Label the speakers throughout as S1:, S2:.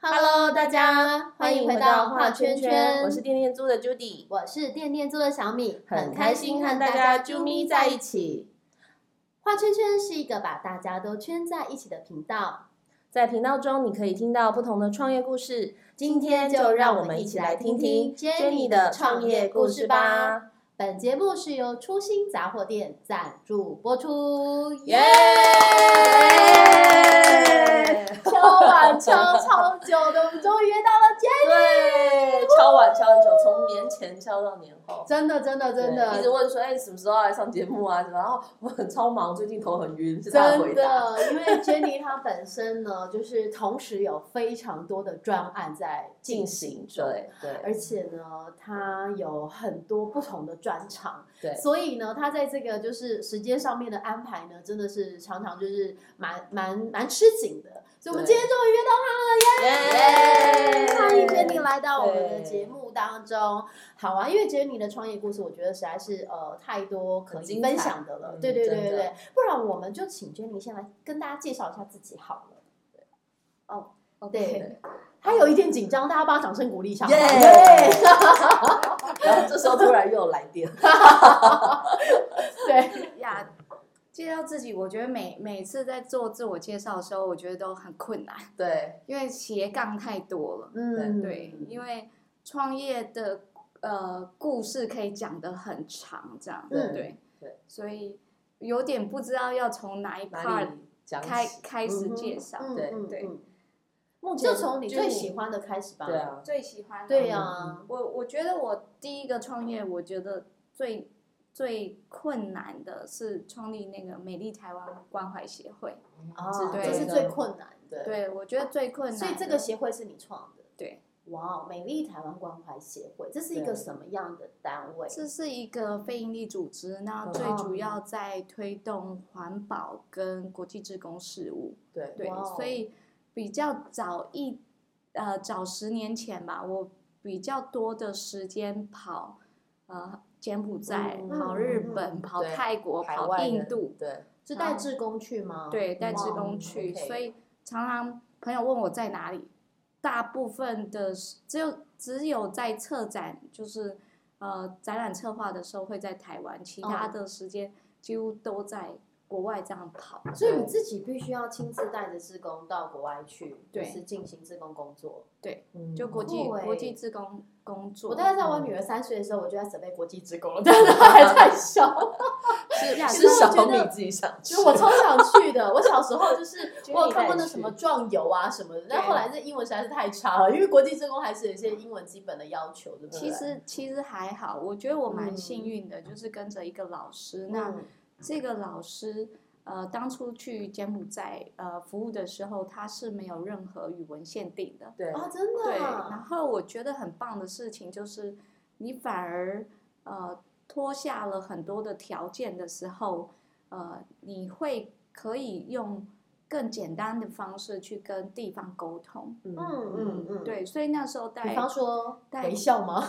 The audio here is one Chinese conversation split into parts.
S1: Hello，大家欢迎回到画圈圈，
S2: 我是店店租的 Judy，
S1: 我是店店租的小米，
S2: 很开心和大家啾咪在一。起。
S1: 画圈圈是一个把大家都圈在一起的频道，
S2: 在频道中，你可以听到不同的创业故事。今天就让我们一起来听听 Jenny 的创业故事吧！
S1: 本节目是由初心杂货店赞助播出，
S2: 耶！
S1: 敲碗敲超久的，我们终于约到了 Jenny，
S2: 对，敲碗敲很久，从年前敲到年后。
S1: 真的真的真
S2: 对一直
S1: 的
S2: 问说，哎、你什么时候要来上节目啊？然后我很超忙，最近头很晕，是他的
S1: 真
S2: 回答。
S1: 的，因为 Jenny 她本身呢，就是同时有非常多的专案在进
S2: 进
S1: 行。
S2: 行对对
S1: 而且呢，他有很多不同的专长，
S2: 对，
S1: 所以呢，他在这个就是时间上面的安排呢，真的是常常就是蛮蛮蛮吃紧的。所以我们
S2: 对
S1: 今天终于约到
S2: 耶
S1: 他，欢迎 Jenny 来到我们的
S2: 对
S1: 节目当中。好啊，因为 Jenny 的创业故事，我觉得实在是呃太多可
S2: 很
S1: 以
S2: 精
S1: 分
S2: 彩
S1: 享的了。
S2: 嗯
S1: 对对对
S2: 真
S1: 对
S2: 的
S1: 对，不然我们就请 Jenny 先来跟大家介绍一下自己好了。对，他有一点紧张，大家帮他掌声鼓励一下好吗。
S2: 耶
S1: 对
S2: 然后这时候突然又来电，
S1: 对。
S3: 呀，介绍自己，我觉得每每次在做自我介绍的时候，我觉得都很困难，
S2: 对
S3: 因为斜杠太多了。
S1: 嗯，
S3: 对，因为创业的呃故事可以讲得很长，这样
S1: 嗯
S3: 对
S2: 对，
S3: 所以有点不知道要从哪一 p
S2: 哪
S3: a
S2: 里讲
S3: 开
S2: 起？
S3: 开始介绍。
S1: 嗯
S2: 对
S1: 嗯
S3: 对
S1: 嗯
S2: 目前
S1: 就嗯从你最喜
S2: 欢
S1: 欢的开始吧。
S2: 对，啊，
S3: 最喜欢的
S1: 对呀，
S3: 我我觉得我第一个创业，我觉得最最困难的是创立那个美丽台湾关怀协会。
S1: 啊，
S3: 对
S1: 这是最困难的。
S3: 对，我觉得最困难的。
S1: 所以这个协会是你创的。
S3: 对，
S1: 哇，哦美丽台湾关怀协会，这是一个
S2: 对
S1: 什么样的单位？
S3: 这是一个非营利组织，那
S2: 嗯
S3: 最主要在推动环保跟国际志工事务。
S2: 对
S3: 对
S1: 哇哦，
S3: 所以比较早一呃早十年前吧，我比较多的时间跑呃柬埔寨、
S2: 嗯
S3: 跑日本、跑
S2: 对
S3: 泰国、
S2: 海
S3: 跑
S2: 外
S3: 印
S2: 人
S3: 度，
S2: 对
S1: 是带志工去吗？
S3: 对，带志
S1: 哇哦
S3: 工去，
S2: OK
S3: 所以常常朋友问我在哪里，大部分的时只有只有在策展，就是呃展览策划的时候会在台湾，其他
S1: 嗯
S3: 的时间几乎都在国外这样跑。
S1: 所以你自己必须要亲自带着志工到国外去，就
S3: 对
S1: 是进行志工工作。
S2: 嗯
S3: 就国际、
S1: 酷欸
S3: 国际志工工作，
S1: 我大概在我女儿三岁的时候，我就在准备国际职工了，但 是她还太小。
S2: 是
S3: 呀
S2: 是
S1: 其实我
S2: 小
S1: 觉得
S2: 米自己想
S1: 其
S2: 吃，
S1: 实我超想去的，我小时候 就是
S2: 觉得
S1: 我有
S2: 你
S1: 看过
S2: 带
S1: 那
S2: 去
S1: 什么壮游啊什么的，但后来这英文实在是太差了，因为国际职工还是有一些英文基本的要求，对不对？
S3: 其实其实还好，我觉得我蛮
S1: 嗯
S3: 幸运的，就是跟着一个老师，
S1: 嗯，
S3: 那这个老师，呃，当初去柬埔寨呃服务的时候，他是没有任何语文限定的。
S2: 对
S1: 啊，真的
S3: 对，
S1: 啊，
S3: 然后我觉得很棒的事情就是，你反而呃脱下了很多的条件的时候，呃，你会可以用更简单的方式去跟地方沟通。
S2: 嗯
S1: 嗯嗯嗯，。
S3: 对，所以那时候带
S1: 比方说
S3: 带
S1: 微笑吗？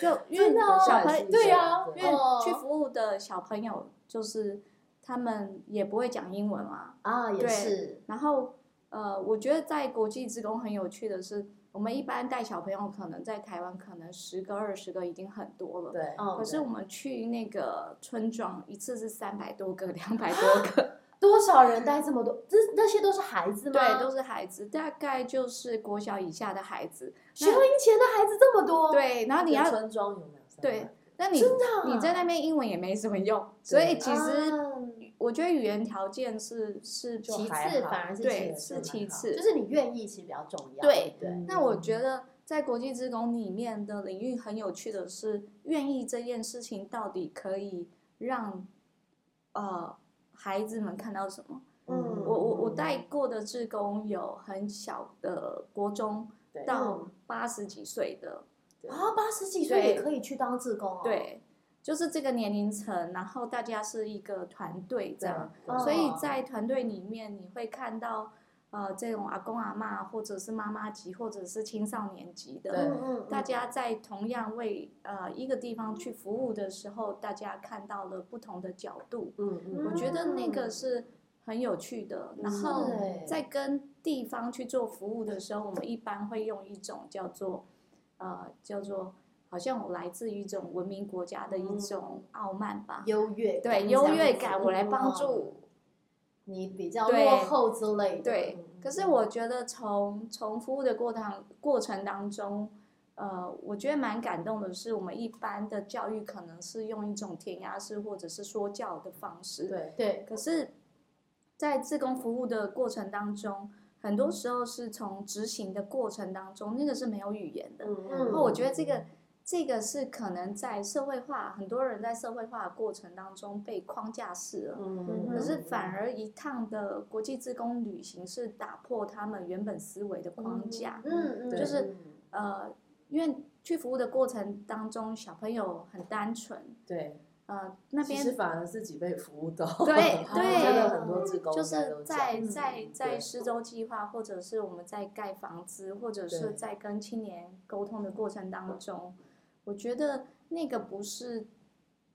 S3: 就因为
S1: 真的啊
S3: 小朋友
S2: 对
S1: 啊
S3: 因为
S1: 哦
S3: 去服务的小朋友就是他们也不会讲英文嘛，
S1: 啊，也
S3: 对
S1: 是，
S3: 然后，呃，我觉得在国际职工很有趣的是，我们一般带小朋友，可能在台湾可能十个、二十个已经很多了。
S2: 对
S1: 哦，
S3: 可是我们去那个村庄，一次是三百多个、两百多个，
S1: 多少人带这么多？这那些都是孩子吗？
S3: 对，都是孩子，大概就是国小以下的孩子。
S1: 学龄前的孩子这么多，，
S3: 对，然后你
S2: 一个
S3: 要，
S2: 村庄有没有？
S3: 对那你
S1: 真的啊
S3: 你在那边英文也没什么用，所以其实
S1: 啊
S3: 我觉得语言条件是是
S2: 就
S1: 其
S2: 还
S1: 次
S2: 好
S1: 反而是
S3: 对
S1: 其
S3: 是
S1: 次，
S3: 其次，
S1: 就是你愿意其实比较重要，
S3: 对
S1: 不对，
S3: 那我觉得在国际职工里面的领域很有趣的是，愿意这件事情到底可以让呃孩子们看到什么？
S1: 嗯
S3: 我我我带过的志工有很小的国中
S2: 对
S3: 到八十几岁的，
S1: 啊，八十几岁也
S3: 对
S1: 可以去当志工哦，，
S3: 对，就是这个年龄层，然后大家是一个团队这
S2: 这
S3: 样
S2: 样，，
S1: 哦
S3: 所以在团队里面你会看到。呃，这种阿公阿妈，或者是妈妈级，或者是青少年级的，
S2: 对
S1: 嗯嗯，
S3: 大家在同样为呃一个地方去服务的时候，大家看到了不同的角度，
S2: 嗯嗯，
S3: 我觉得那个是很有趣的。然后
S1: 是欸
S3: 在跟地方去做服务的时候，我们一般会用一种叫做呃叫做好像我来自于一种文明国家的一种傲慢吧，
S1: 嗯优越感
S3: 对
S1: 这样
S3: 优
S1: 子
S3: 越感，我来帮
S1: 嗯
S3: 助
S1: 你比较
S3: 对
S1: 落后之类的。
S3: 对
S1: 嗯，
S3: 可是我觉得从从服务的过程过程当中，呃，我觉得蛮感动的是，我们一般的教育可能是用一种填鸭式或者是说教的方式，
S2: 对，
S1: 对
S3: 可是，在自工服务的过程当中，很多时候是从执行的过程当中，那个是没有语言的。
S2: 嗯
S1: 嗯
S3: 然后我觉得这个这个是可能在社会化，很多人在社会化的过程当中被框架式了。
S1: 嗯
S3: 可是反而一趟的国际自工旅行是打破他们原本思维的框架，
S1: 嗯嗯，
S3: 就是呃，因为去服务的过程当中，小朋友很单纯，
S2: 对，
S3: 呃，那
S2: 其
S3: 边
S2: 实反而自己被服务到，
S3: 对
S2: 我觉得
S3: 对，
S2: 很多志工
S3: 就
S2: 应该
S3: 是
S2: 都这
S3: 在
S2: 样
S3: 在在
S2: 对
S3: 施州计划，或者是我们在盖房子，或者
S2: 对
S3: 是在跟青年沟通的过程当中，我觉得那个不是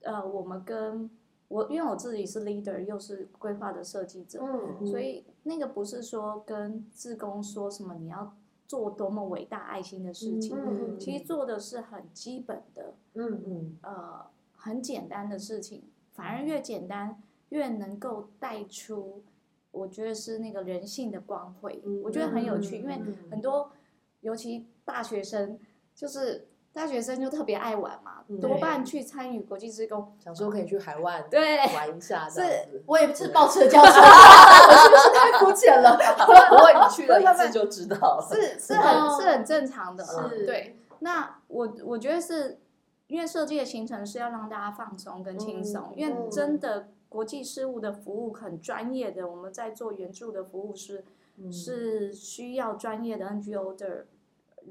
S3: 呃，我们跟我因为我自己是 leader，又是规划的设计者，
S1: 嗯
S3: 所以那个不是说跟志工说什么你要做多么伟大爱心的事情，
S1: 嗯
S3: 其实做的是很基本的，
S1: 嗯
S2: 嗯，
S3: 呃，很简单的事情，反而越简单越能够带出，我觉得是那个人性的光辉，
S1: 嗯
S3: 我觉得很有趣，
S1: 嗯
S3: 因为
S1: 嗯
S3: 很多尤其大学生就是。大学生就特别爱玩嘛，
S2: 嗯
S3: 多半去参与国际志工，
S2: 想说可以去海外
S3: 对，
S2: 玩一下这样 子。
S1: 我也是抱持这样说法， 我是不是太肤浅了？
S2: 不过你去了一次就知道了。
S3: 是是
S1: 哦
S3: 很是很正常的啦。
S1: 是
S3: 对，那我我觉得是因为设计的行程是要让大家放松跟轻松，
S2: 嗯
S3: 因
S1: 嗯
S3: 为真的国际事务的服务很专业的，我们在做援助的服务是、
S2: 嗯
S3: 是需要专业的 NGO 的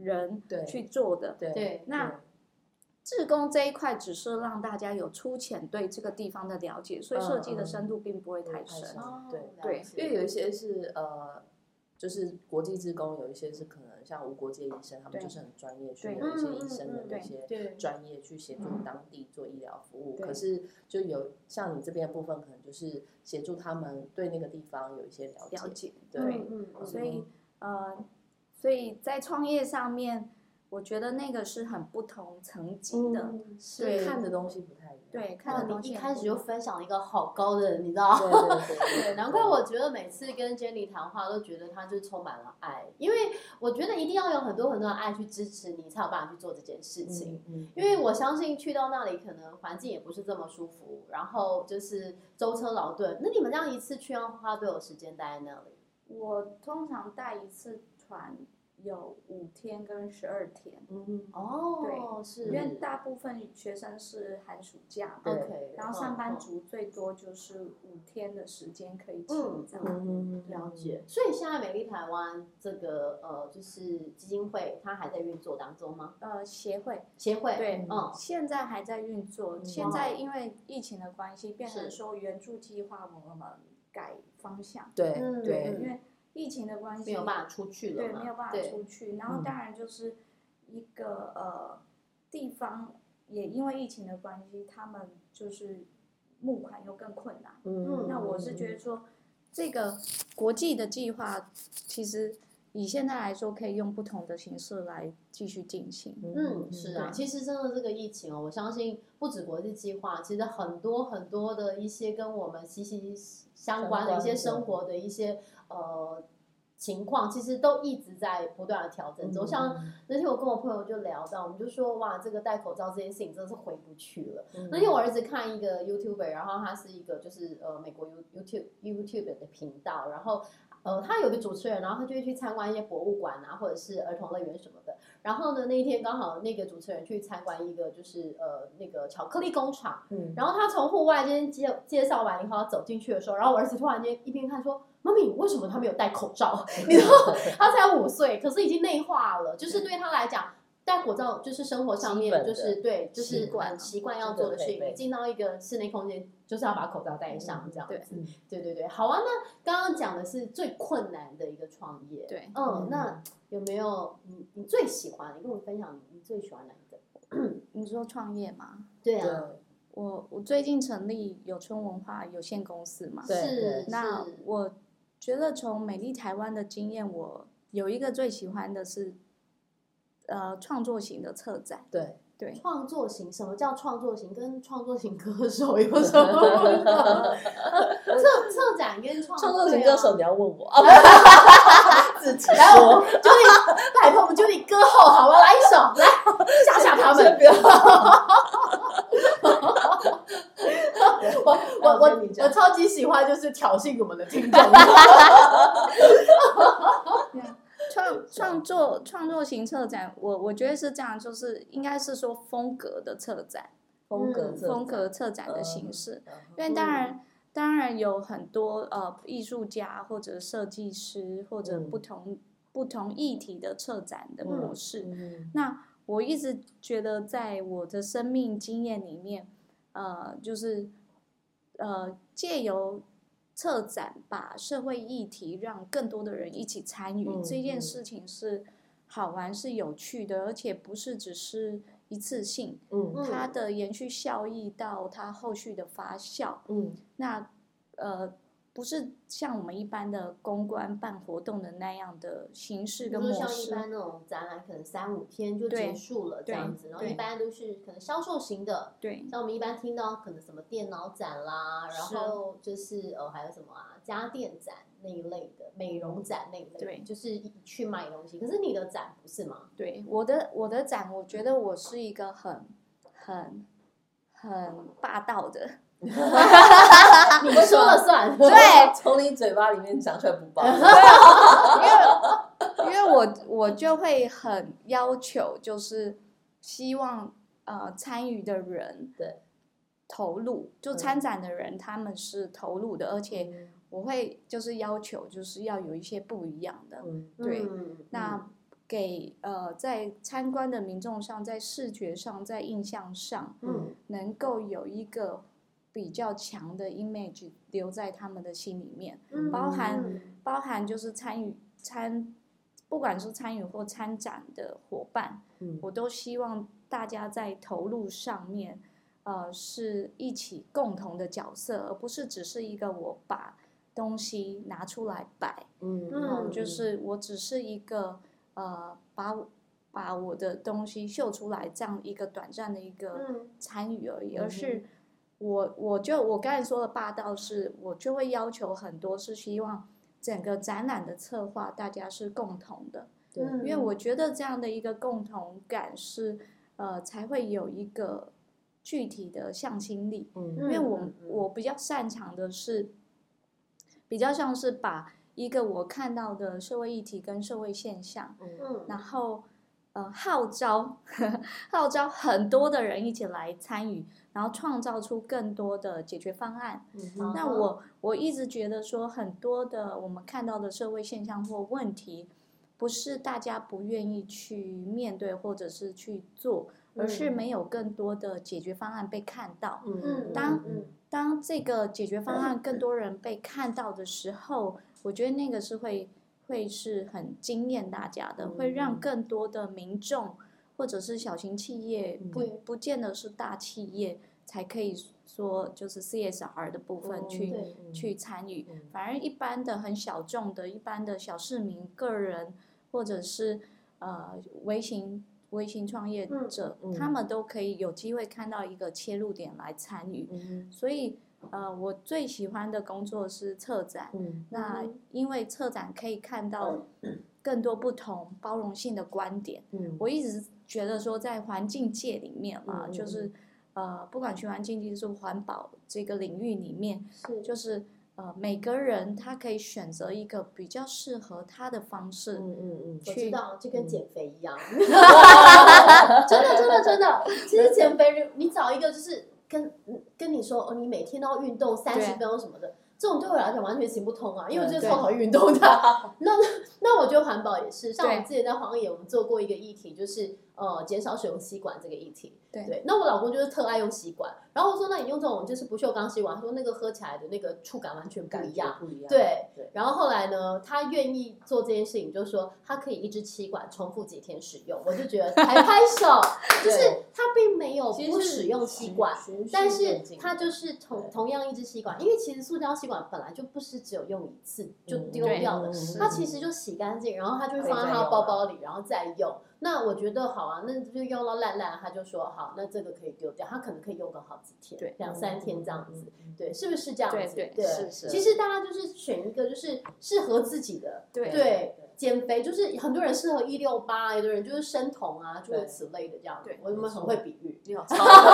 S3: 人
S2: 对
S3: 去做的。
S2: 对嗯
S1: 对，
S3: 那志工这一块只是让大家有粗浅对这个地方的了解，所以设计
S2: 嗯嗯
S3: 的深度并不会太
S2: 不会太
S3: 深。
S2: 深
S1: 哦
S2: 对
S3: 对
S1: 了解
S2: 因为有一些是呃，就是国际职工，有一些是可能像无国界医生，他们
S3: 对
S2: 就是很专业，训
S3: 对
S2: 练一些
S1: 嗯
S2: 医生的
S1: 嗯嗯
S2: 那
S3: 对嗯
S2: 些
S1: 对
S2: 专业去协助当地做医疗服务。
S3: 对
S2: 可是就有像你这边的部分，可能就是协助他们对那个地方有一些了解。
S3: 了解，
S2: 对
S1: 嗯嗯
S3: 所以呃，所以在创业上面，我觉得那个是很不同层级的，
S1: 嗯
S2: 对
S3: 对
S2: 看的东西不太一样。
S3: 对，看
S1: 哇
S3: 得，东
S1: 你
S3: 西啊
S1: 一
S3: 很
S1: 开
S3: 不
S1: 始就
S3: 同
S1: 分享了一个好高的，你知道
S2: 对对对
S1: 对，
S2: 对，
S1: 难怪我觉得每次跟 Jenny 谈话都觉得她就充满了爱，因为我觉得一定要有很多很多的爱去支持你，才有办法去做这件 事情。
S2: 嗯，嗯
S1: 因为我相信去到那里可能环境也不是这么舒服，然后就是舟车劳顿。那你们这样一次去要花多久时间待在那里？
S3: 我通常带一次团有五天跟十二天，
S2: 嗯
S1: 哦，是，
S3: 因为大部分学生是寒暑假嘛，
S2: 对
S1: OK，
S3: 然后上班
S1: 嗯
S3: 族最多就是五天的时间可以
S1: 嗯
S3: 请假。
S2: 嗯
S1: 了解。所以现在美丽台湾这个呃，就是基金会，它还在运作当中吗？
S3: 呃，协会
S1: 协会嗯，
S3: 对
S1: 哦
S3: 现在还在运作，
S2: 嗯
S3: 现在因为疫情的关系，变
S1: 是
S3: 成说援助计划我们改方向。
S2: 对
S1: 嗯
S2: 对
S3: 因为疫情的关系，
S1: 没有办法出去了
S3: 对，
S1: 嘛，
S3: 没有办法
S1: 对
S3: 出去。然
S2: 嗯
S3: 后当然就是一个呃地方，也因为疫情的关系，他们就是募款又更困难。
S2: 嗯
S3: 那我是觉得说，这个国际的计划其实以现在来说，可以用不同的形式来继续进行。
S1: 嗯，是啊，其实真的这个疫情哦，我相信不止国际计划，其实很多很多的一些跟我们息息相关的一些
S2: 相
S1: 生
S2: 关的
S1: 活的一些呃情况，其实都一直在不断的调整
S2: 嗯
S1: 中。像那天我跟我朋友就聊到，我们就说哇，这个戴口罩这件事情真的是回不去了。
S2: 嗯
S1: 那天我儿子看一个 YouTuber，然后他是一个就是呃美国 You YouTube YouTube 的频道，然后呃他有个主持人，然后他就会去参观一些博物馆啊，或者是儿童乐园什么的。然后呢，那一天刚好那个主持人去参观一个就是呃那个巧克力工厂，
S2: 嗯
S1: 然后他从户外间介介绍完以后，他走进去的时候，然后我儿子突然间一边看说。妈咪，为什么他没有戴口罩？ 你知道，他才五岁，可是已经内化了，就是对他来讲，戴口罩就是生活上
S2: 基本
S1: 面
S2: 的
S1: 就是对，就
S2: 习
S1: 是
S3: 惯
S1: 很
S3: 了
S1: 习惯要
S2: 这个
S1: 做的事
S2: 配
S1: 情。
S2: 备
S1: 你进到一个室内空间，就是要把口罩戴上，这样
S3: 对
S1: 子。对对对，好啊。那刚刚讲的是最困难的一个创业，
S3: 对
S1: 嗯
S2: 嗯，
S1: 那有没有你你最喜欢？你跟我分享你最喜欢哪一个？
S3: 你说创业吗？
S1: 对
S2: 对
S1: 啊，
S3: 我我最近成立有春文化有限公司嘛，
S2: 对
S1: 是
S2: 对
S1: 是
S3: 那我觉得从美丽台湾的经验，我有一个最喜欢的是，呃，创作型的策展。
S2: 对，
S3: 对，
S1: 创作型，什么叫创作型？跟创作型歌手有什么不 同？策策展跟创
S2: 创
S1: 作啊
S2: 作型歌手，你要问 我啊， 自己
S1: 来我
S2: 说
S1: 们，就你拜托，我们就你歌后，好吧，来一首，来吓吓他们嗯
S2: 先。不要。
S1: 我我
S2: 那我
S1: 我
S2: 跟你讲
S1: 我超级喜欢，就是挑衅我们的听众。
S3: 创创作创作型策展，我我觉得是这样，就是应该是说风格的策展，
S2: 风格
S1: 嗯
S2: 策
S3: 风
S2: 展
S3: 格策展的形
S2: 嗯
S3: 式。
S2: 嗯
S3: 因为当然，当然有很多呃艺术家或者设计师或者
S2: 嗯
S3: 不同、不同议题的策展的模式。
S2: 嗯
S3: 那我一直觉得，在我的生命经验里面，呃，就是呃借由策展把社会议题让更多的人一起参与、
S2: 嗯
S3: 这件
S2: 嗯
S3: 事情是好玩是有趣的，而且不是只是一次性。
S2: 嗯
S3: 它的延续效益到它后续的发酵，
S2: 嗯
S3: 那呃不是像我们一般的公关办活动的那样的形式
S1: 比
S3: 跟
S1: 如说
S3: 模
S1: 像一
S3: 式，
S1: 般那种展览，可能三五天就
S3: 对
S1: 结束了这
S3: 对
S1: 样子，然后一
S3: 对
S1: 般都是可能销售型的，
S3: 对
S1: 像我们一般听到可能什么电脑展啦，然
S3: 是
S1: 后就是呃还有什么啊家电展那一类的，美容展那一类的，
S3: 对
S1: 就是一去买东西。可是你的展不是吗？
S3: 对。我的我的展，我觉得我是一个很很很霸道的，
S1: 你说了算。
S3: 对，
S2: 从你嘴巴里面讲出来不 报。
S3: 因为我我就会很要求，就是希望呃参与的人
S2: 对
S3: 投入，就
S2: 嗯
S3: 参展的人他们是投入的，而且我会就是要求就是要有一些不一样的，
S2: 嗯
S3: 对
S1: 嗯
S3: 那给呃在参观的民众上，在视觉上，在印象上，
S1: 嗯
S3: 能够有一个比较强的 image 留在他们的心里面，
S1: 嗯
S3: 包含
S1: 嗯
S3: 包含就是参与参，不管是参与或参展的伙伴，
S2: 嗯
S3: 我都希望大家在投入上面，呃，是一起共同的角色，而不是只是一个我把东西拿出来摆，
S2: 嗯
S1: 嗯
S3: 就是我只是一个呃，把我把我的东西秀出来这样一个短暂的一个
S1: 嗯
S3: 参与而已，
S2: 嗯哼
S3: 而是我我就我刚才说的霸道是，我就会要求很多，是希望整个展览的策划大家是共同的，
S2: 对
S1: 嗯
S3: 因为我觉得这样的一个共同感是，呃，才会有一个具体的向心力。
S2: 嗯
S3: 因为我
S1: 嗯嗯嗯
S3: 我比较擅长的是，比较像是把一个我看到的社会议题跟社会现象，
S1: 嗯
S3: 然后呃号召 号召很多的人一起来参与，然后创造出更多的解决方案。
S1: 嗯
S3: 那我我一直觉得说，很多的我们看到的社会现象或问题，不是大家不愿意去面对或者是去做，而是
S1: 嗯
S3: 没有更多的解决方案被看到。
S1: 嗯
S3: 当
S1: 嗯
S3: 当这个解决方 案更多人被看到的时候，我觉得那个是会会是很惊艳大家的，会
S1: 嗯
S3: 让更多的民众或者是小型企业，不
S1: 对
S3: 不见得是大企业才可以说就是 CSR 的部分去、
S1: 哦对
S3: 去参与
S2: 嗯，
S3: 反而一般的很小众的、一般的小市民、个人或者是呃微型。微型创业
S1: 嗯
S3: 者，
S2: 嗯
S3: 他们都可以有机会看到一个切入点来参与。
S2: 嗯
S3: 所以呃，我最喜欢的工作是策展。
S2: 嗯
S3: 那
S1: 嗯
S3: 因为策展可以看到更多不同包容性的观点。
S2: 嗯
S3: 我一直觉得说，在环境界里面嘛，
S2: 嗯嗯
S3: 就是呃，不管循环经济就是环保这个领域里面，
S1: 是
S3: 就是呃，每个人他可以选择一个比较适合他的方式。
S2: 嗯
S1: 我
S3: 去
S1: 知道，就跟
S2: 嗯
S1: 减肥一 样， 真的真的真的。其实减肥，你找一个就是跟跟你说哦，你每天都要运动三十分钟什么的，这种对我来讲完全行不通啊，因为我就是
S3: 嗯对
S1: 超讨厌运 动的。那那我觉得环保也是，像我们
S3: 对
S1: 之前在荒野，我们做过一个议题，就是呃减少使用吸管这个议题。
S3: 对
S1: 对，那我老公就是特爱用吸管，然后我说那你用这种就是不锈钢吸管，他说那个喝起来的那个触感完全不一样。
S2: 不一样，
S1: 对
S2: 对，
S1: 然后后来呢，他愿意做这件事情，就是说他可以一支吸管重复几天使用，我就觉得拍拍手，就是他并没有不使用吸管，但是他就是同同样一支吸管，因为其实塑胶吸碗本来就不是只有用一次就
S2: 嗯
S1: 丢掉的，它其实就洗干净，然后它就会放在他的包包里，然后再用。那我觉得好啊，那就用到烂烂，他就说好，那这个可以丢掉，他可能可以用个好几天，
S3: 对
S2: 嗯
S1: 两三天这样子，对，是不是这样子？
S3: 对对是是
S1: 其实大家就是选一个就是适合自己的，
S3: 对
S1: 对。减肥就是很多人适合一六八，有的人就是生酮啊，诸如此类的这样子
S3: 对。
S1: 我们很会比喻，
S3: 你好，超好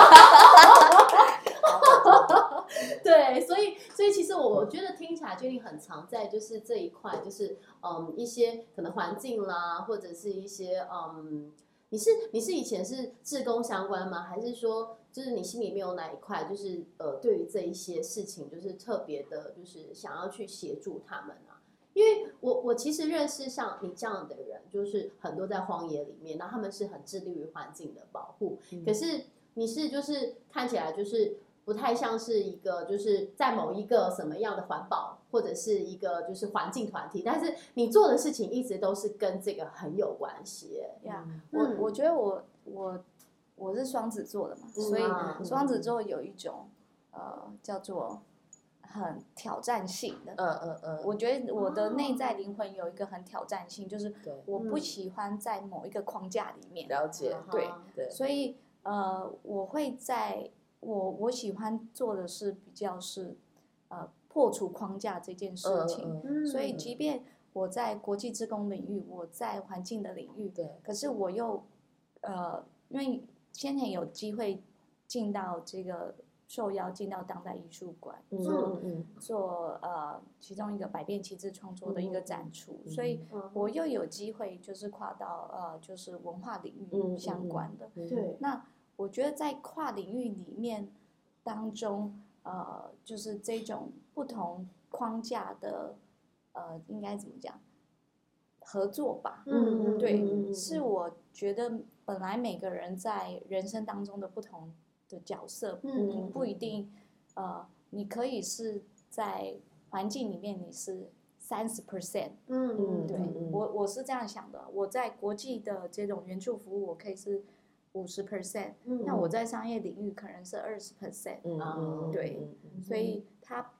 S1: 对，所以所以其实我我觉得听起来 Jenny 很常在就是这一块，就是嗯一些可能环境啦，或者是一些嗯，你是你是以前是志工相关吗？还是说就是你心里面有哪一块就是呃对于这一些事情就是特别的，就是想要去协助他们啊？因为我我其实认识像你这样的人，就是很多在荒野里面，那他们是很致力于环境的保护，可是你是就是看起来就是不太像是一个就是在某一个什么样的环保或者是一个就是环境团体，但是你做的事情一直都是跟这个很有关系耶。
S3: 呀！
S1: 嗯
S3: 我我觉得我我我是双子座的嘛，所以
S1: 嗯
S3: 双子座有一种呃叫做很挑战性的。
S2: 嗯嗯嗯，
S3: 我觉得我的内在
S1: 哦
S3: 灵魂有一个很挑战性，就是
S2: 对
S3: 我不
S1: 嗯
S3: 喜欢在某一个框架里面，
S2: 了解，
S3: 对
S1: 啊哈
S2: 对，
S3: 所以呃，我会在我我喜欢做的是比较是呃破除框架这件事
S2: 嗯
S3: 情。
S2: 嗯嗯，
S1: 嗯
S3: 所以，即便我在国际职工领域，我在环境的领域，
S2: 对，
S3: 可是我又呃，因为先前有机会进到这个受邀进到当代艺术馆
S2: 嗯
S3: 做、
S2: 嗯嗯，
S3: 做呃其中一个百变旗帜创作的一个展出，所以
S1: 嗯
S3: 我又有机会就是跨到呃就是文化领
S2: 嗯
S3: 域
S2: 嗯
S3: 相
S2: 嗯
S3: 关的。
S2: 嗯
S1: 对，
S3: 那我觉得在跨领域里面当中，呃，就是这种不同框架的，呃，应该怎么讲，合作吧，
S1: 嗯
S3: 对
S1: 嗯嗯
S3: 是我觉得本来每个人在人生当中的不同的角色，
S1: 嗯嗯
S3: 不一定，呃，你可以是在环境里面你是三十 percent，
S1: 嗯嗯
S3: 对
S2: 嗯嗯
S3: 我我是这样想的，我在国际的这种援助服务，我可以是五十 percent。
S1: 嗯
S3: 那我在商业领域可能是二十 percent，
S2: 嗯嗯，
S3: 对
S2: 嗯，嗯
S3: 所以它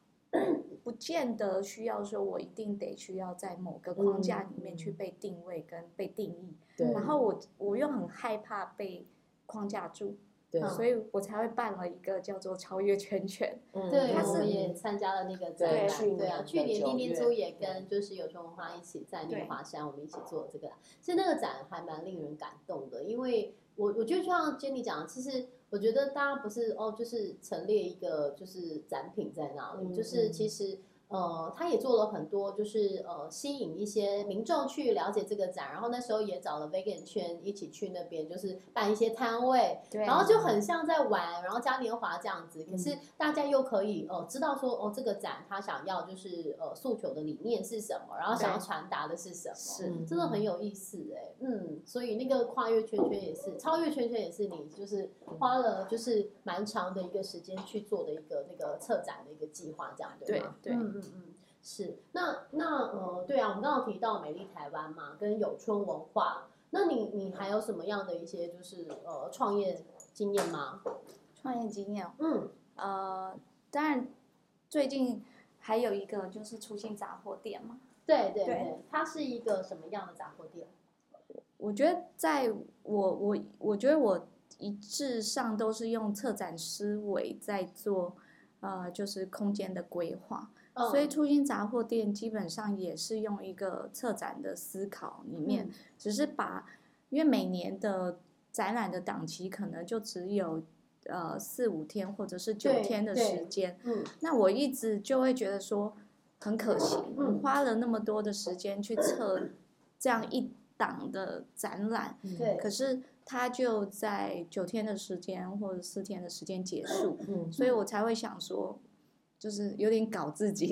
S3: 不见得需要说我一定得需要在某个框架里面去被定位跟被定义，
S2: 嗯对，
S3: 然后我我又很害怕被框架住，
S2: 对，
S1: 嗯
S3: 所以我才会办了一个叫做超越圈圈，
S2: 嗯
S1: 对，
S3: 它
S1: 我
S3: 是
S1: 们也参加了那个展
S2: 对
S1: 览，
S2: 去
S1: 对啊，
S2: 年
S1: 去
S2: 的
S1: 年
S2: 九
S1: 丁丁
S2: 月
S1: 猪也跟就是有春文化一起在那个
S3: 对
S1: 华山，我们一起做这个展，其实那个展还蛮令人感动的，因为我我觉得就像 Jenny 讲的，其实我觉得大家不是哦，就是陈列一个就是展品在那里，
S2: 嗯
S1: 就是
S2: 嗯
S1: 其实。呃，他也做了很多，就是呃，吸引一些民众去了解这个展，然后那时候也找了 vegan 圈一起去那边，就是办一些摊位，
S3: 对嗯
S1: 然后就很像在玩，然后嘉年华这样子。可是大家又可以呃知道说哦，这个展他想要就是呃诉求的理念是什么，然后想要
S3: 对
S1: 传达的是什么，
S3: 是嗯
S1: 真的很有意思哎、嗯，所以那个跨越圈圈也是，超越圈圈也是你就是花了就是蛮长的一个时间去做的一个那个策展的一个计划，这样对
S3: 对
S1: 吗？
S3: 对
S1: 嗯嗯嗯。是，那那呃，对啊，我们刚刚提到美丽台湾嘛，跟有春文化，那你你还有什么样的一些就是呃创业经验吗？
S3: 创业经验，
S1: 嗯，
S3: 呃，当然最近还有一个就是出新杂货店嘛，
S1: 对对
S3: 对
S1: 对，它是一个什么样的杂货店？
S3: 我觉得在我我我觉得我一致上都是用策展思维在做，呃，就是空间的规划。
S1: 嗯
S3: 所以初心杂货店基本上也是用一个策展的思考里面，
S1: 嗯
S3: 只是把因为每年的展览的档期可能就只有呃四五天或者是九
S1: 对
S3: 天的
S1: 对
S3: 时间，
S1: 嗯
S3: 那我一直就会觉得说很可惜，
S1: 嗯
S3: 我花了那么多的时间去测这样一档的展览，
S1: 对，
S3: 可是它就在九天的时间或者四天的时间结束，
S2: 嗯
S3: 所以我才会想说，就是有点搞自己，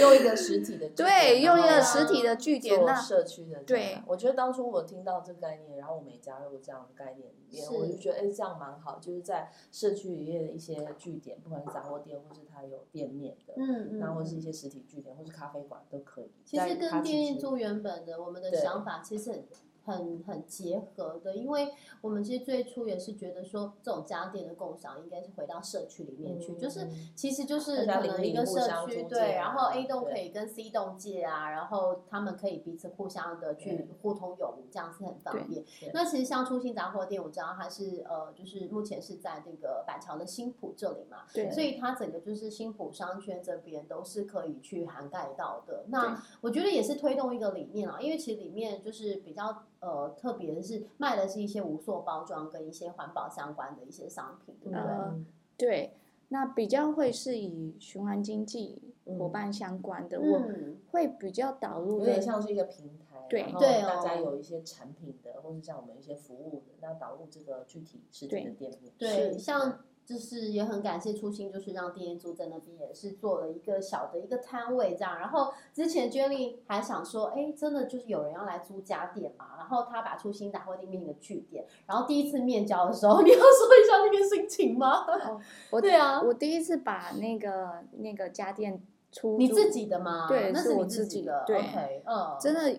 S2: 用一个实体的据点，
S3: 对，用一
S2: 然后
S3: 个实体的据点，
S2: 做
S3: 那
S2: 社区的展览
S3: 对
S2: 我觉得当初我听到这个概念，然后我没加入这样的概念里面，
S1: 是
S2: 我就觉得哎、这样蛮好，就是在社区里面的一些据点，不管是杂货店或是它有店面的，
S1: 嗯嗯，
S2: 然后或是一些实体据点，或是咖啡馆都可以。
S1: 其实
S2: 但它
S1: 跟
S2: 其
S1: 电
S2: 实
S1: 力猪原本的我们的
S2: 对
S1: 想法其实很很很结合的，因为我们其实最初也是觉得说，这种家电的共享应该是回到社区里面
S2: 嗯
S1: 去，嗯就是其实就是
S2: 大家
S1: 可能
S2: 邻
S1: 一个
S2: 里互
S1: 社
S2: 相
S1: 区
S2: 租
S1: 对，
S2: 借
S1: 然
S2: 啊
S1: 后 A 栋可以
S2: 对
S1: 跟 C 栋借啊，然后他们可以彼此互相的去
S2: 对
S1: 互通有无，这样是很
S3: 对
S1: 方便
S2: 对。
S1: 那其实像初心杂货店，我知道它是呃，就是目前是在那个板桥的新浦这里嘛，
S3: 对
S1: 所以它整个就是新浦商圈这边都是可以去涵盖到的。
S3: 对
S1: 那我觉得也是推动一个理念啊，因为其实里面就是比较呃特别的是卖的是一些无塑包装跟一些环保相关的一些商品，对不
S2: 嗯
S1: 对？
S3: 呃对，那比较会是以循环经济伙伴相关的，我
S1: 嗯，
S3: 会比较导入
S2: 有点
S3: 的。
S2: 像是一个平台，
S3: 对
S2: 然后
S1: 对哦
S2: 大家有一些产品的，或是像我们一些服务的，那导入这个具体实体的店面，
S1: 对，
S3: 是
S1: 像。就是也很感谢初心，就是让店租在那边也是做了一个小的一个摊位这样。然后之前 Jenny 还想说，哎，真的就是有人要来租家电嘛？然后他把初心打货店变成一个据点。然后第一次面交的时候，你 要说一下那个心情吗？
S3: 哦我
S1: 对啊
S3: 我第一次把那个那个家电出
S1: 你
S3: 租
S1: 自己的吗？
S3: 对
S1: 那
S3: 是
S1: 你
S3: 我
S1: 自
S3: 自
S1: 己
S3: 己
S1: 的。
S3: 对
S1: OK，嗯，
S3: 真的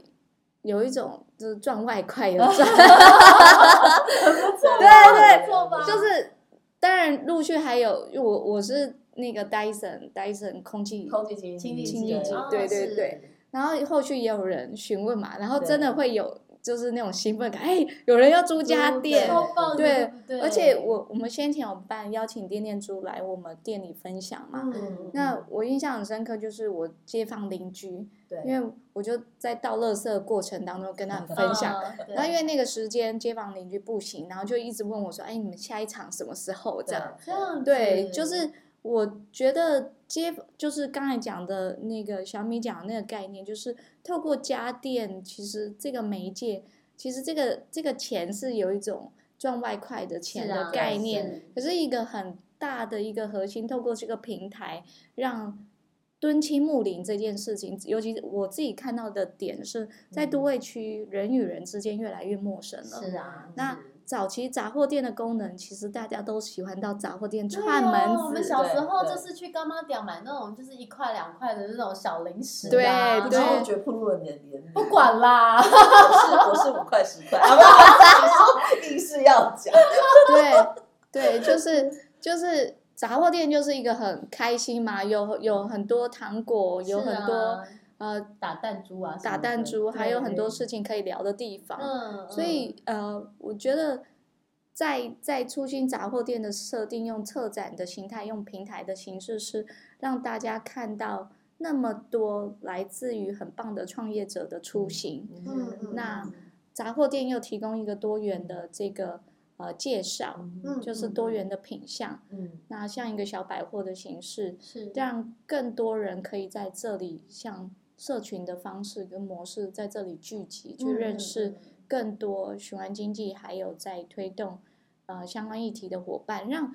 S3: 有一种就是赚外快的赚，
S2: 对
S1: 对不错吧
S3: 就是当然陆续还有我我是那个 Dyson Dyson 空气，
S2: 哦空气清
S1: 清
S2: 净
S1: 净
S3: 机
S2: 机
S3: 对对对，然后后续也有人询问嘛，然后真的
S2: 对
S3: 会有就是那种兴奋感，哎，有人要租家
S2: 对
S3: 电，
S1: 嗯超棒的，
S3: 对
S1: 不对，
S3: 而且我我们先前有办邀请店店猪来我们店里分享嘛，
S1: 嗯，
S3: 那我印象很深刻就是我街坊邻居，
S2: 对，啊
S3: 因为我就在倒垃圾的过程当中跟他们分享。
S1: 嗯，对
S3: 然后因为那个时间街坊邻居不行，然后就一直问我说：“哎，你们下一场什么时候？”这样，
S1: 这样子
S3: 对，就是我觉得街就是刚才讲的那个小米讲的那个概念，就是透过家电，其实这个媒介，其实这个这个钱是有一种赚外快的钱
S1: 是啊
S3: 的概念，
S1: 是
S3: 可是一个很大的一个核心，透过这个平台，让敦亲睦邻这件事情，尤其我自己看到的点是在都会区，人与人之间越来越陌生了。
S1: 嗯是啊，
S3: 那
S1: 是
S3: 早期杂货店的功能，其实大家都喜欢到杂货店
S1: 对
S3: 串
S1: 啊
S3: 门
S1: 我们
S3: 子，
S1: 小时
S2: 对
S1: 候
S2: 对
S1: 就是去干妈店买那种就是一块两块的那种小零食、啊，
S3: 对
S2: 不知
S3: 对
S2: 不觉暴露了你的年龄，
S1: 不管啦，
S2: 我是我是五块十块， 啊不， 你说硬是要讲，
S3: 对对，就是就是杂货店就是一个很开心嘛，有有很多糖果， 有
S1: 是
S3: 很多、
S1: 啊
S3: 呃
S1: 打弹珠啊，
S3: 打弹，珠，还有很多
S2: 对
S3: 事情可以聊的地方。
S1: 嗯，
S3: 所以呃，我觉得在在初心杂货店的设定，用策展的形态，用平台的形式，是让大家看到那么多来自于很棒的创业者的初心。
S1: 嗯，嗯
S3: 那杂货店又提供一个多元的这个呃介绍，
S1: 嗯
S3: 就是多元的品相。
S2: 嗯
S3: 那像一个小百货的形式，
S1: 嗯是
S3: 让更多人可以在这里像社群的方式跟模式在这里聚集，去
S1: 嗯
S3: 认识。更多循环经济，还有在推动呃相关议题的伙伴，让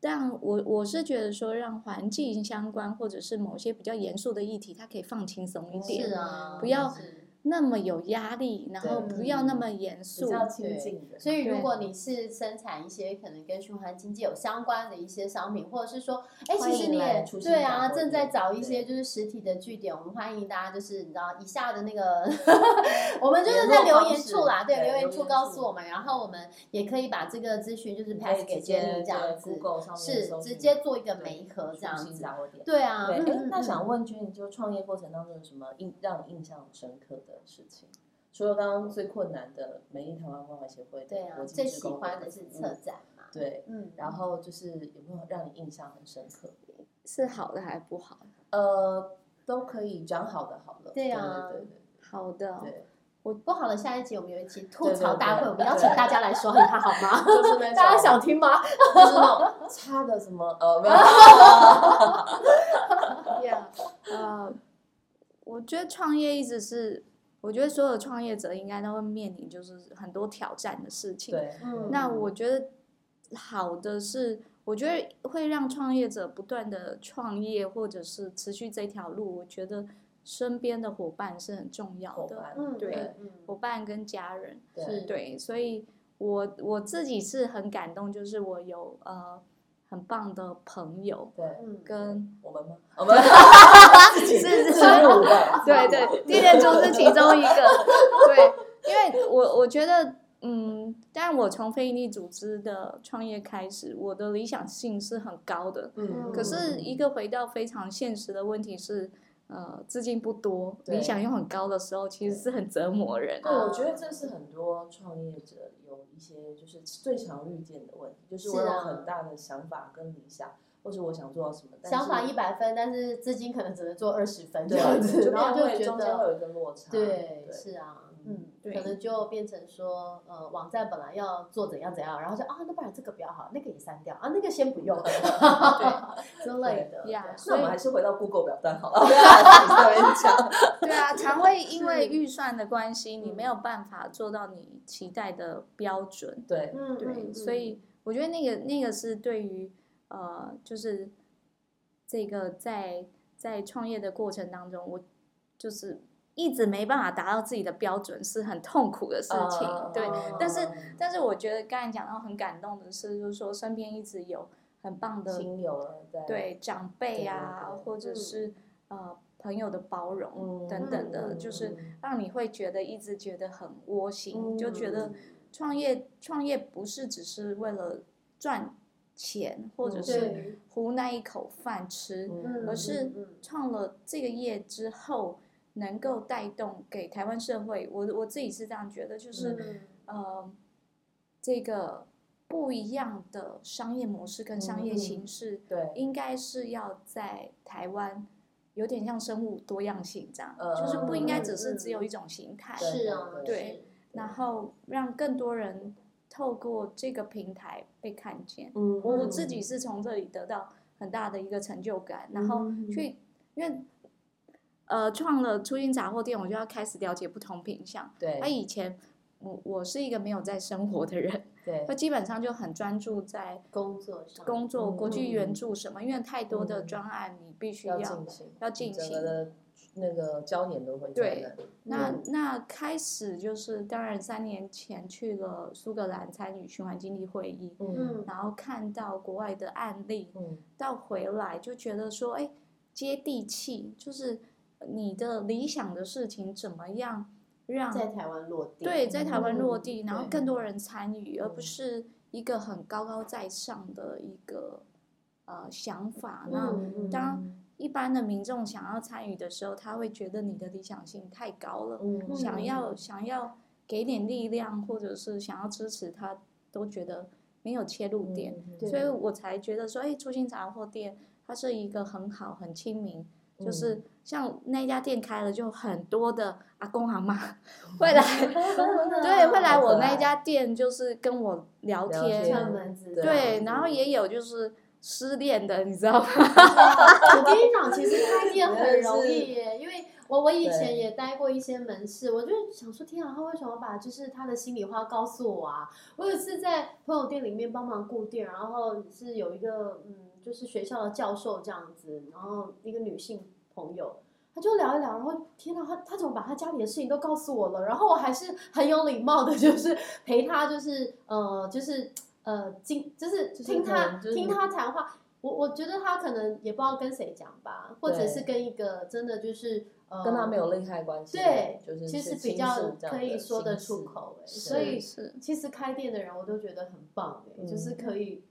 S3: 让我我是觉得说，让环境相关或者是某些比较严肃的议题，它可以放轻松一
S1: 是
S3: 点，
S1: 啊，
S3: 不要
S1: 是
S3: 那么有压力，然后不要那么严
S2: 比
S3: 肃，
S2: 较亲近的，
S1: 所以，如
S3: 对
S1: 果你是生产一些可能跟循环经济有相关的一些商品，或者是说，哎，
S2: 欢
S1: 其实
S2: 迎
S1: 你
S2: 来
S1: 也
S2: 出新
S1: 对
S2: 展
S1: 啊，
S2: 会
S1: 正在
S2: 对
S1: 找一些
S2: 对
S1: 就是实体的据点，我们欢迎大家就是你知道以下的那个， 我们就是
S2: 联
S1: 在
S2: 络
S1: 留
S2: 方
S1: 言
S2: 式
S1: 处啦，对，
S2: 对
S1: 留
S2: 留
S1: 言处
S2: 言
S1: 告
S2: 处
S1: 诉我们，然后我们也可以把这个资讯就是
S2: 你可以
S1: pass
S2: 直
S1: 给
S2: 接
S1: Jenny 这样
S2: 对
S1: 子，
S2: Google 上面
S1: 是
S2: 搜
S1: 直
S2: 寻
S1: 接做一个
S2: 对
S1: 媒合这样
S2: 初心
S1: 子，
S2: 杂货店。
S1: 对啊，
S2: 对，
S1: 嗯
S2: 哎
S1: 嗯，
S2: 那
S1: 嗯
S2: 想问君，就创业过程当中有什么印让你印象深刻的事情？除了刚刚最困难的美丽台湾关怀协会
S1: 对
S2: 的
S1: 啊
S2: 国，际
S1: 最
S2: 职
S1: 喜
S2: 工
S1: 欢的
S2: 服
S1: 是
S2: 务
S1: 策展嘛，
S2: 对，
S1: 嗯，
S2: 嗯然后就是有没有让你印象很深刻？
S3: 是好的还不好？
S2: 呃，都可以讲好的，好了。
S1: 对啊
S2: 对对
S3: 好的
S2: 对
S3: 哦，
S2: 对
S1: 不好了，下一集我们有一期吐
S2: 对对
S1: 槽大会，
S2: 对
S1: 我们邀请大家来说一下好吗？
S2: 对，就是那种
S1: 大家想听吗？
S2: 就是那种差的什么呃 没有，
S3: yeah，呃，我觉得创业一直是，我觉得所有创业者应该都会面临就是很多挑战的事情，
S2: 对，
S1: 嗯
S3: 那我觉得好的是，我觉得会让创业者不断的创业或者是持续这条路，我觉得身边的伙伴是很重要
S2: 伙
S3: 的，
S2: 伴
S1: 嗯，
S3: 对
S1: 嗯，
S3: 伙伴跟家人。
S1: 是
S2: 对
S3: 对，所以我我自己是很感动，就是我有呃很棒的朋友
S2: 对，
S1: 嗯，
S3: 跟
S2: 我们吗？我们自己
S3: 是是
S2: 自入的，
S3: 对对，地恋就是其中一个。对，因为我我觉得，嗯，但我从非营利组织的创业开始，我的理想性是很高的。
S1: 嗯
S3: 可是，一个回到非常现实的问题是，呃，资金不多，
S4: 对
S3: 理想又很高的时候，其实是很折磨人
S4: 对，
S3: 的。
S4: 我觉得这是很多创业者有一些就是最常遇见的问题，就是我
S1: 是
S4: 有
S1: 啊
S4: 很大的想法跟理想，或者我想做到什么，但 是
S1: 想法一百分，但是资金可能只能做二十分这
S4: 对，
S1: 样子，
S4: 就
S1: 然后
S4: 变会
S1: 就觉
S4: 中间会有
S1: 得
S4: 一个落差，
S1: 对，是啊，嗯
S4: 嗯，
S3: 对
S1: 可能就变成说，呃，网站本来要做怎样怎样，然后就啊，那不然这个比较好，那个也删掉啊，那个先不用之类的，
S3: 呀
S1: 对啊
S4: 那
S3: 所
S4: 我
S3: 以
S4: 们还是回到 Google 表单好了，不要在那边讲。
S3: 对啊，常会因 为
S1: 是
S3: 预算的关系，你
S1: 嗯
S3: 没有办法做到你期待的标准。
S4: 对，
S1: 嗯，
S3: 对，
S1: 嗯
S3: 所以我觉得那个那个是对于呃，就是这个在在创业的过程当中，我就是一直没办法达到自己的标准，是很痛苦的事情。
S4: 呃
S3: 对，
S1: 哦
S3: 但是但是我觉得刚才讲到很感动的是，就是说身边一直有很棒的
S4: 亲友啊，对，
S3: 对长辈啊
S4: 对，对
S3: 或者
S1: 嗯
S3: 是呃朋友的包容
S4: 嗯
S3: 等等的，就是让你会觉得一直觉得很窝心，就觉得
S4: 嗯
S3: 创业创业不是只是为了赚钱，或者
S4: 嗯
S3: 是
S1: 对，
S3: 糊那一口饭吃，
S1: 嗯，
S3: 而是
S1: 嗯嗯
S3: 创了这个业之后，能够带动给台湾社会，我我自己是这样觉得，就是、
S1: 嗯
S3: 呃，这个不一样的商业模式跟商业
S4: 嗯嗯
S3: 形式，
S4: 对，
S3: 应该是要在台湾。有点像生物多样性这样，
S4: 呃
S3: 就是不应该只是只
S4: 嗯
S3: 有一种形态。
S4: 对
S1: 是啊，
S4: 对
S3: 对然后让更多人透过这个平台被看见。
S2: 嗯
S3: 我我自己是从这里得到很大的一个成就感，然后
S4: 嗯
S3: 去因为呃创了初心杂货店，我就要开始了解不同品相。
S4: 对
S3: 那以前我我是一个没有在生活的人，
S4: 对
S3: 我基本上就很专注在
S1: 工作上，
S3: 工作、
S4: 嗯
S3: 国际
S4: 嗯
S3: 援助什么，因为太多的
S4: 嗯
S3: 专案你必须
S4: 要
S3: 要
S4: 进行，
S3: 要进
S4: 整
S3: 行
S4: 个的那个焦点都会
S3: 对
S4: 在那里
S3: 那
S4: 嗯
S3: 那开始就是，当然三年前去了苏格兰参与循环经济会议，
S4: 嗯
S1: 嗯，
S3: 然后看到国外的案例，
S4: 嗯
S3: 到回来就觉得说，哎，接地气，就是你的理想的事情怎么样让
S1: 在台湾落地，
S3: 对在台湾落
S1: 嗯
S3: 地，然后
S1: 对
S3: 更多人参与，而不
S4: 嗯
S3: 是一个很高高在上的一个呃想法。那
S1: 嗯嗯
S3: 当一般的民众想要参与的时候，他会觉得你的理想性太高了。
S4: 嗯
S3: 想要想要给点力量，或者是想要支持他，都觉得没有切入点，
S1: 嗯对
S3: 所以我才觉得说，哎，初心杂货店它是一个很好、很亲民，
S4: 嗯
S3: 就是像那家店开了，就很多的阿公阿妈
S4: 哦
S3: 会来，对，会来我那家店，就是跟我聊
S4: 聊
S3: 天，
S4: 天
S1: 串门子，
S4: 对啊嗯
S3: 对，然后也有就是失恋的，你知道吗？
S1: 我跟你讲，其实开店很容易耶，因为我我以前也待过一些门市，我就想说，天啊，他为什么把就是他的心里话告诉我啊？我有一次在朋友店里面帮忙顾店，然后是有一个嗯，就是学校的教授这样子，然后一个女性朋友。他就聊一聊，然后天哪，他他怎么把他家里的事情都告诉我了？然后我还是很有礼貌的， 就是陪他，就是呃，就是呃，听，就是
S4: 就是
S1: 听
S4: 可
S1: 他、
S4: 能就是
S1: 听他谈话。我我觉得他可能也不知道跟谁讲吧，或者
S4: 对
S1: 是跟一个真的就是呃，
S4: 跟他没有利害关系，
S1: 对
S4: 就是
S1: 其实
S4: 是
S1: 比
S4: 倾
S1: 较
S4: 诉这样
S1: 可以
S4: 的
S1: 说得
S4: 形
S1: 出
S4: 式
S1: 口哎、
S4: 是
S1: 所以
S3: 是
S1: 其实开店的人我都觉得很棒哎、
S4: 嗯
S1: 就是可以。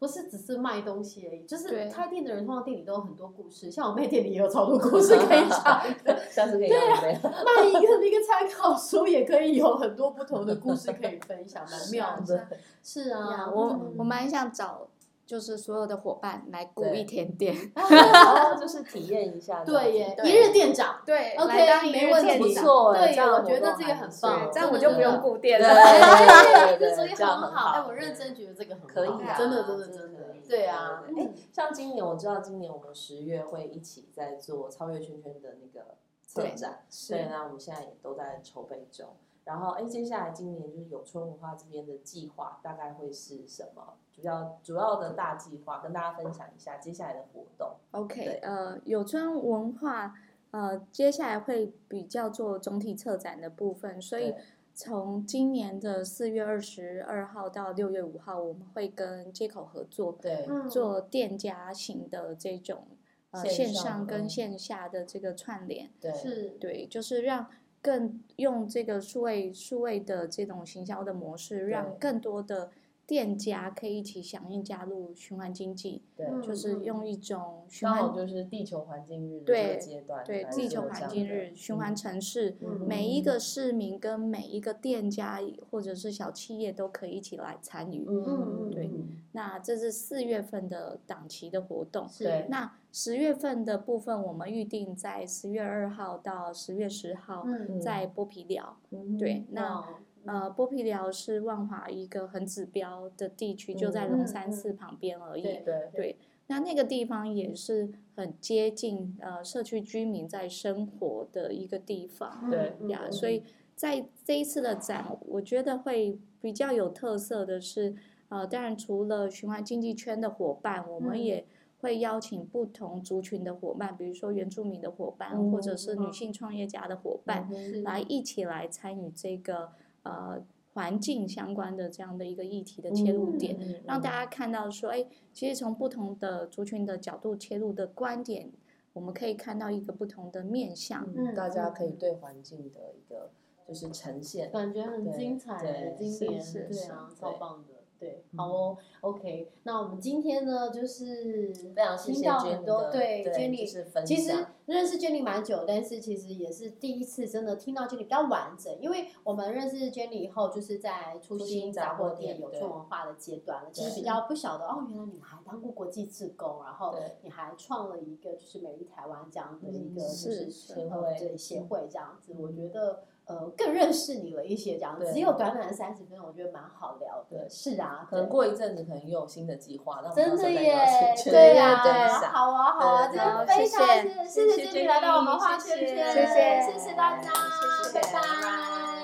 S1: 不是只是卖东西而已，就是
S3: 对
S1: 开店的人，通常店里都有很多故事，像我妹店里也有超多 故事可以讲的。
S4: 下次可以
S1: 啊
S4: 聊一杯。
S1: 卖一个那个参考书，也可以有很多不同的故事可以分享，
S4: 啊
S1: 蛮妙的。
S4: 对
S1: 是啊
S3: 呀，，我
S1: 嗯
S3: 我蛮想找就是所有的伙伴来鼓
S4: 对
S3: 一甜点，
S4: 然后哦就是体验一下这样子，
S1: 对耶，
S3: 对
S1: 一日店长，
S3: 对
S1: OK，
S3: 来当一
S1: 没
S3: 日
S1: 问
S3: 店
S1: 题
S4: 不
S3: 长
S4: 错哎，
S1: 对
S4: 这样
S1: 我
S4: 的
S1: 觉
S4: 活
S1: 得
S4: 动
S1: 这个
S4: 还
S1: 很
S4: 不错
S1: 棒
S3: 这样我
S1: 真
S3: 就
S1: 的
S3: 不用顾店
S4: 对
S3: 了。
S1: 哎，
S4: 对
S1: 这主意
S4: 这样
S1: 很
S4: 很
S1: 好，
S4: 好
S1: 哎，我认真觉得这个很好
S4: 可以啊
S1: 真的真的真
S4: 真的
S1: 的
S4: 可以，
S1: 对啊，
S4: 对对对像今年我知道，今年我们十月会一起在做超越圈圈的那个策展，对，那我们现在也都在筹备中。然后，哎，接下来今年就是有春文化这边的计划，大概会是什么？主要主要的大计划跟大家分享一下接下来的活动。对
S3: OK，呃，有川文化，呃，接下来会比较做总体策展的部分，所以
S4: 对
S3: 从今年的四月二十二号到六月五号，我们会跟接口合作
S4: 对，
S1: 嗯，
S3: 做店家型的这种呃
S4: 线
S3: 线
S4: 上
S3: 上
S4: 的嗯
S3: 跟线下的这个串联。
S4: 对，
S1: 是，
S3: 对，就是让更用这个数位数位的这种行销的模式，让更多的店家可以一起响应加入循环经济，
S4: 对，
S1: 嗯
S3: 就是用一种循
S4: 刚好
S3: 环
S4: 就是地球环境日的这
S3: 对
S4: 个阶段，
S3: 对
S4: 来
S3: 地球
S4: 做这
S3: 环
S4: 样
S3: 境
S4: 的
S3: 日循
S4: 嗯
S3: 环城市，
S1: 嗯
S3: 每一个市民跟每一个店家或者是小企业都可以一起来参与。
S4: 嗯
S1: 嗯嗯
S3: 对
S1: 嗯
S3: 那这是四月份的档期的活动。
S1: 是
S4: 对
S3: 那十月份的部分，我们预定在十月二号到十月十号
S1: 嗯
S3: 在剥皮寮。
S4: 嗯
S3: 对，那
S1: 哦
S3: 呃，剥皮寮是万华一个很指标的地区，就在
S1: 嗯
S3: 龙山
S1: 嗯
S3: 寺旁边而已。
S1: 对
S4: 对
S3: 那那个地方也是很接近呃社区居民在生活的一个地方
S1: 嗯
S4: 对
S1: 嗯
S3: 呀，
S1: 嗯
S3: 所以在这一次的展，我觉得会比较有特色的是，呃，当然除了循环经济圈的伙伴，我们
S1: 嗯
S3: 也会邀请不同族群的伙伴，比如说原住民的伙伴，或者是女性创业家的伙伴，
S1: 嗯是
S3: 来一起来参与这个呃环境相关的这样的一个议题的切入
S1: 嗯
S3: 点。嗯让大家看到说，哎，其实从不同的族群的角度切入的观点，我们可以看到一个不同的面向。
S4: 嗯大家
S1: 嗯
S4: 可以对环境的一个就是呈现，
S1: 感觉很
S4: 对
S1: 精彩耶，
S4: 对
S1: 今
S3: 是
S1: 年
S3: 是
S1: 对
S3: 是
S1: 啊，
S4: 对
S1: 超棒的，对，
S4: 嗯
S1: 好哦，OK，那我们今天呢，就是
S4: 非常谢
S1: 听
S4: 谢
S1: 到
S4: Jenny
S1: 很多
S4: 的
S1: 对
S4: 对
S1: Jenny
S4: 就是分享，
S1: 其实认识 Jenny 蛮久，但是其实也是第一次真的听到 Jenny 比较完整，因为我们认识 Jenny 以后，就是在初
S4: 初
S1: 心
S4: 心
S1: 杂
S4: 杂
S1: 货
S4: 货
S1: 店
S4: 店
S1: 有
S4: 对
S1: 创文化的阶段了，其实
S4: 对
S1: 比较不晓得哦，原来你还当过国际志工，然后
S4: 对
S1: 你还创了一个就是美丽台湾这样的一个
S4: 嗯
S1: 就是
S3: 是
S4: 协
S1: 呃
S4: 会
S1: 对协会这样子，我觉得。呃，更认识你了一些，这样
S4: 对
S1: 只有短短的三十分钟，我觉得蛮好聊的。
S4: 对
S1: 是啊，
S4: 可能
S1: 对
S4: 过一阵子可能又有新的计划，那我们
S1: 真
S4: 到时
S1: 的
S4: 候再
S1: 耶
S4: 邀，请
S1: 对
S4: Jenny
S1: 呀，
S4: 对一下
S1: 好啊，好啊，真
S4: 对
S1: 的
S4: 对
S1: 非
S2: 谢
S1: 常
S2: 谢
S1: 谢谢
S4: 谢谢
S1: 君来到我们画圈圈，
S4: Jenny，
S2: 谢谢
S1: 谢谢大家，
S4: 谢谢
S1: 拜
S4: 拜拜